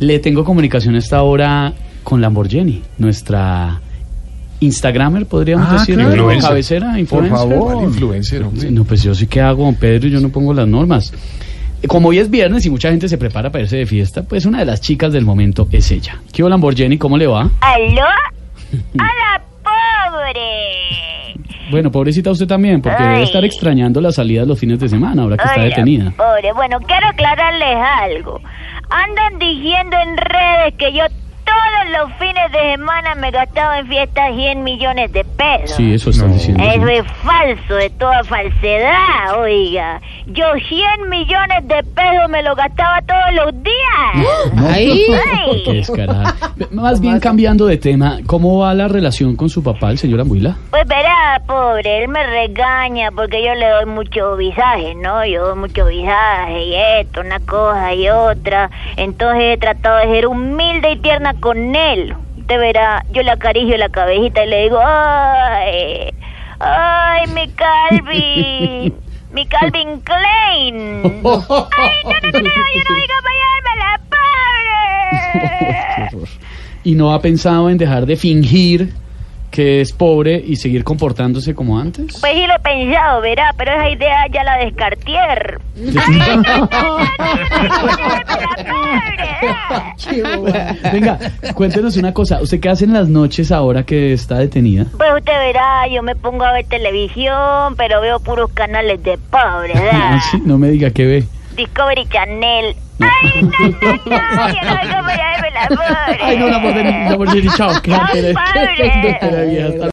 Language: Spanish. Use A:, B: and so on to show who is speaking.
A: Le tengo comunicación hasta ahora con Lamborghini, nuestra Instagramer, podríamos
B: Ah,
A: decir,
B: claro. Influencer.
A: cabecera,
B: Por
A: influencer.
B: favor. influencer, hombre.
A: No, pues yo sí que hago, don Pedro, y yo no pongo las normas. Eh, Como hoy es viernes y mucha gente se prepara para irse de fiesta, pues una de las chicas del momento es ella. ¿Qué hola, Lamborghini? ¿Cómo le va?
C: ¿Aló? ¡Hola, pobre!
A: Bueno, pobrecita usted también, porque debe
C: Ay.
A: estar extrañando las salidas los fines de semana, ahora que está
C: Hola,
A: detenida.
C: Pobre, bueno, quiero aclararles algo. Andan diciendo en redes que yo todos los fines de semana me gastaba en fiestas 100 millones de pesos.
A: Sí, eso están
B: No.
A: diciendo. sí.
C: Eso es falso, de toda falsedad, oiga. Yo 100 millones de pesos me lo gastaba todos los días.
D: Ay,
C: Ay.
A: Qué descarada. Más bien cambiando de tema, ¿cómo va la relación con su papá, el señor Ambuila?
C: Pues verá, pobre, él me regaña porque yo le doy mucho visaje, ¿no? Yo doy mucho visaje y esto, una cosa y otra. Entonces he tratado de ser humilde y tierna con él. Te verá, yo le acaricio la cabecita y le digo, ¡ay! ¡Ay, mi Calvin! ¡Mi Calvin Klein! ¡Ay, no, no, no, no! ¡Yo no digo la pobre!
A: ¿Y no ha pensado en dejar de fingir que es pobre y seguir comportándose como antes?
C: Pues sí lo he pensado, verá, pero esa idea ya la descartier. Pues-
A: Venga, cuéntenos una cosa. ¿Usted qué hace en las noches ahora que está detenida?
C: Pues usted verá, yo me pongo a ver televisión, pero veo puros canales de pobre, ¿verdad?
A: Ah, sí, no me diga qué ve.
C: Discovery Channel. ¡Ay, no, no, no! Yo no oigo, pero ya me la pobre.
A: Ay, no, la voz de la voz de- chao, qué
C: Ay,
A: ángel, qué
C: padre.
A: pendejo, era vieja. Hasta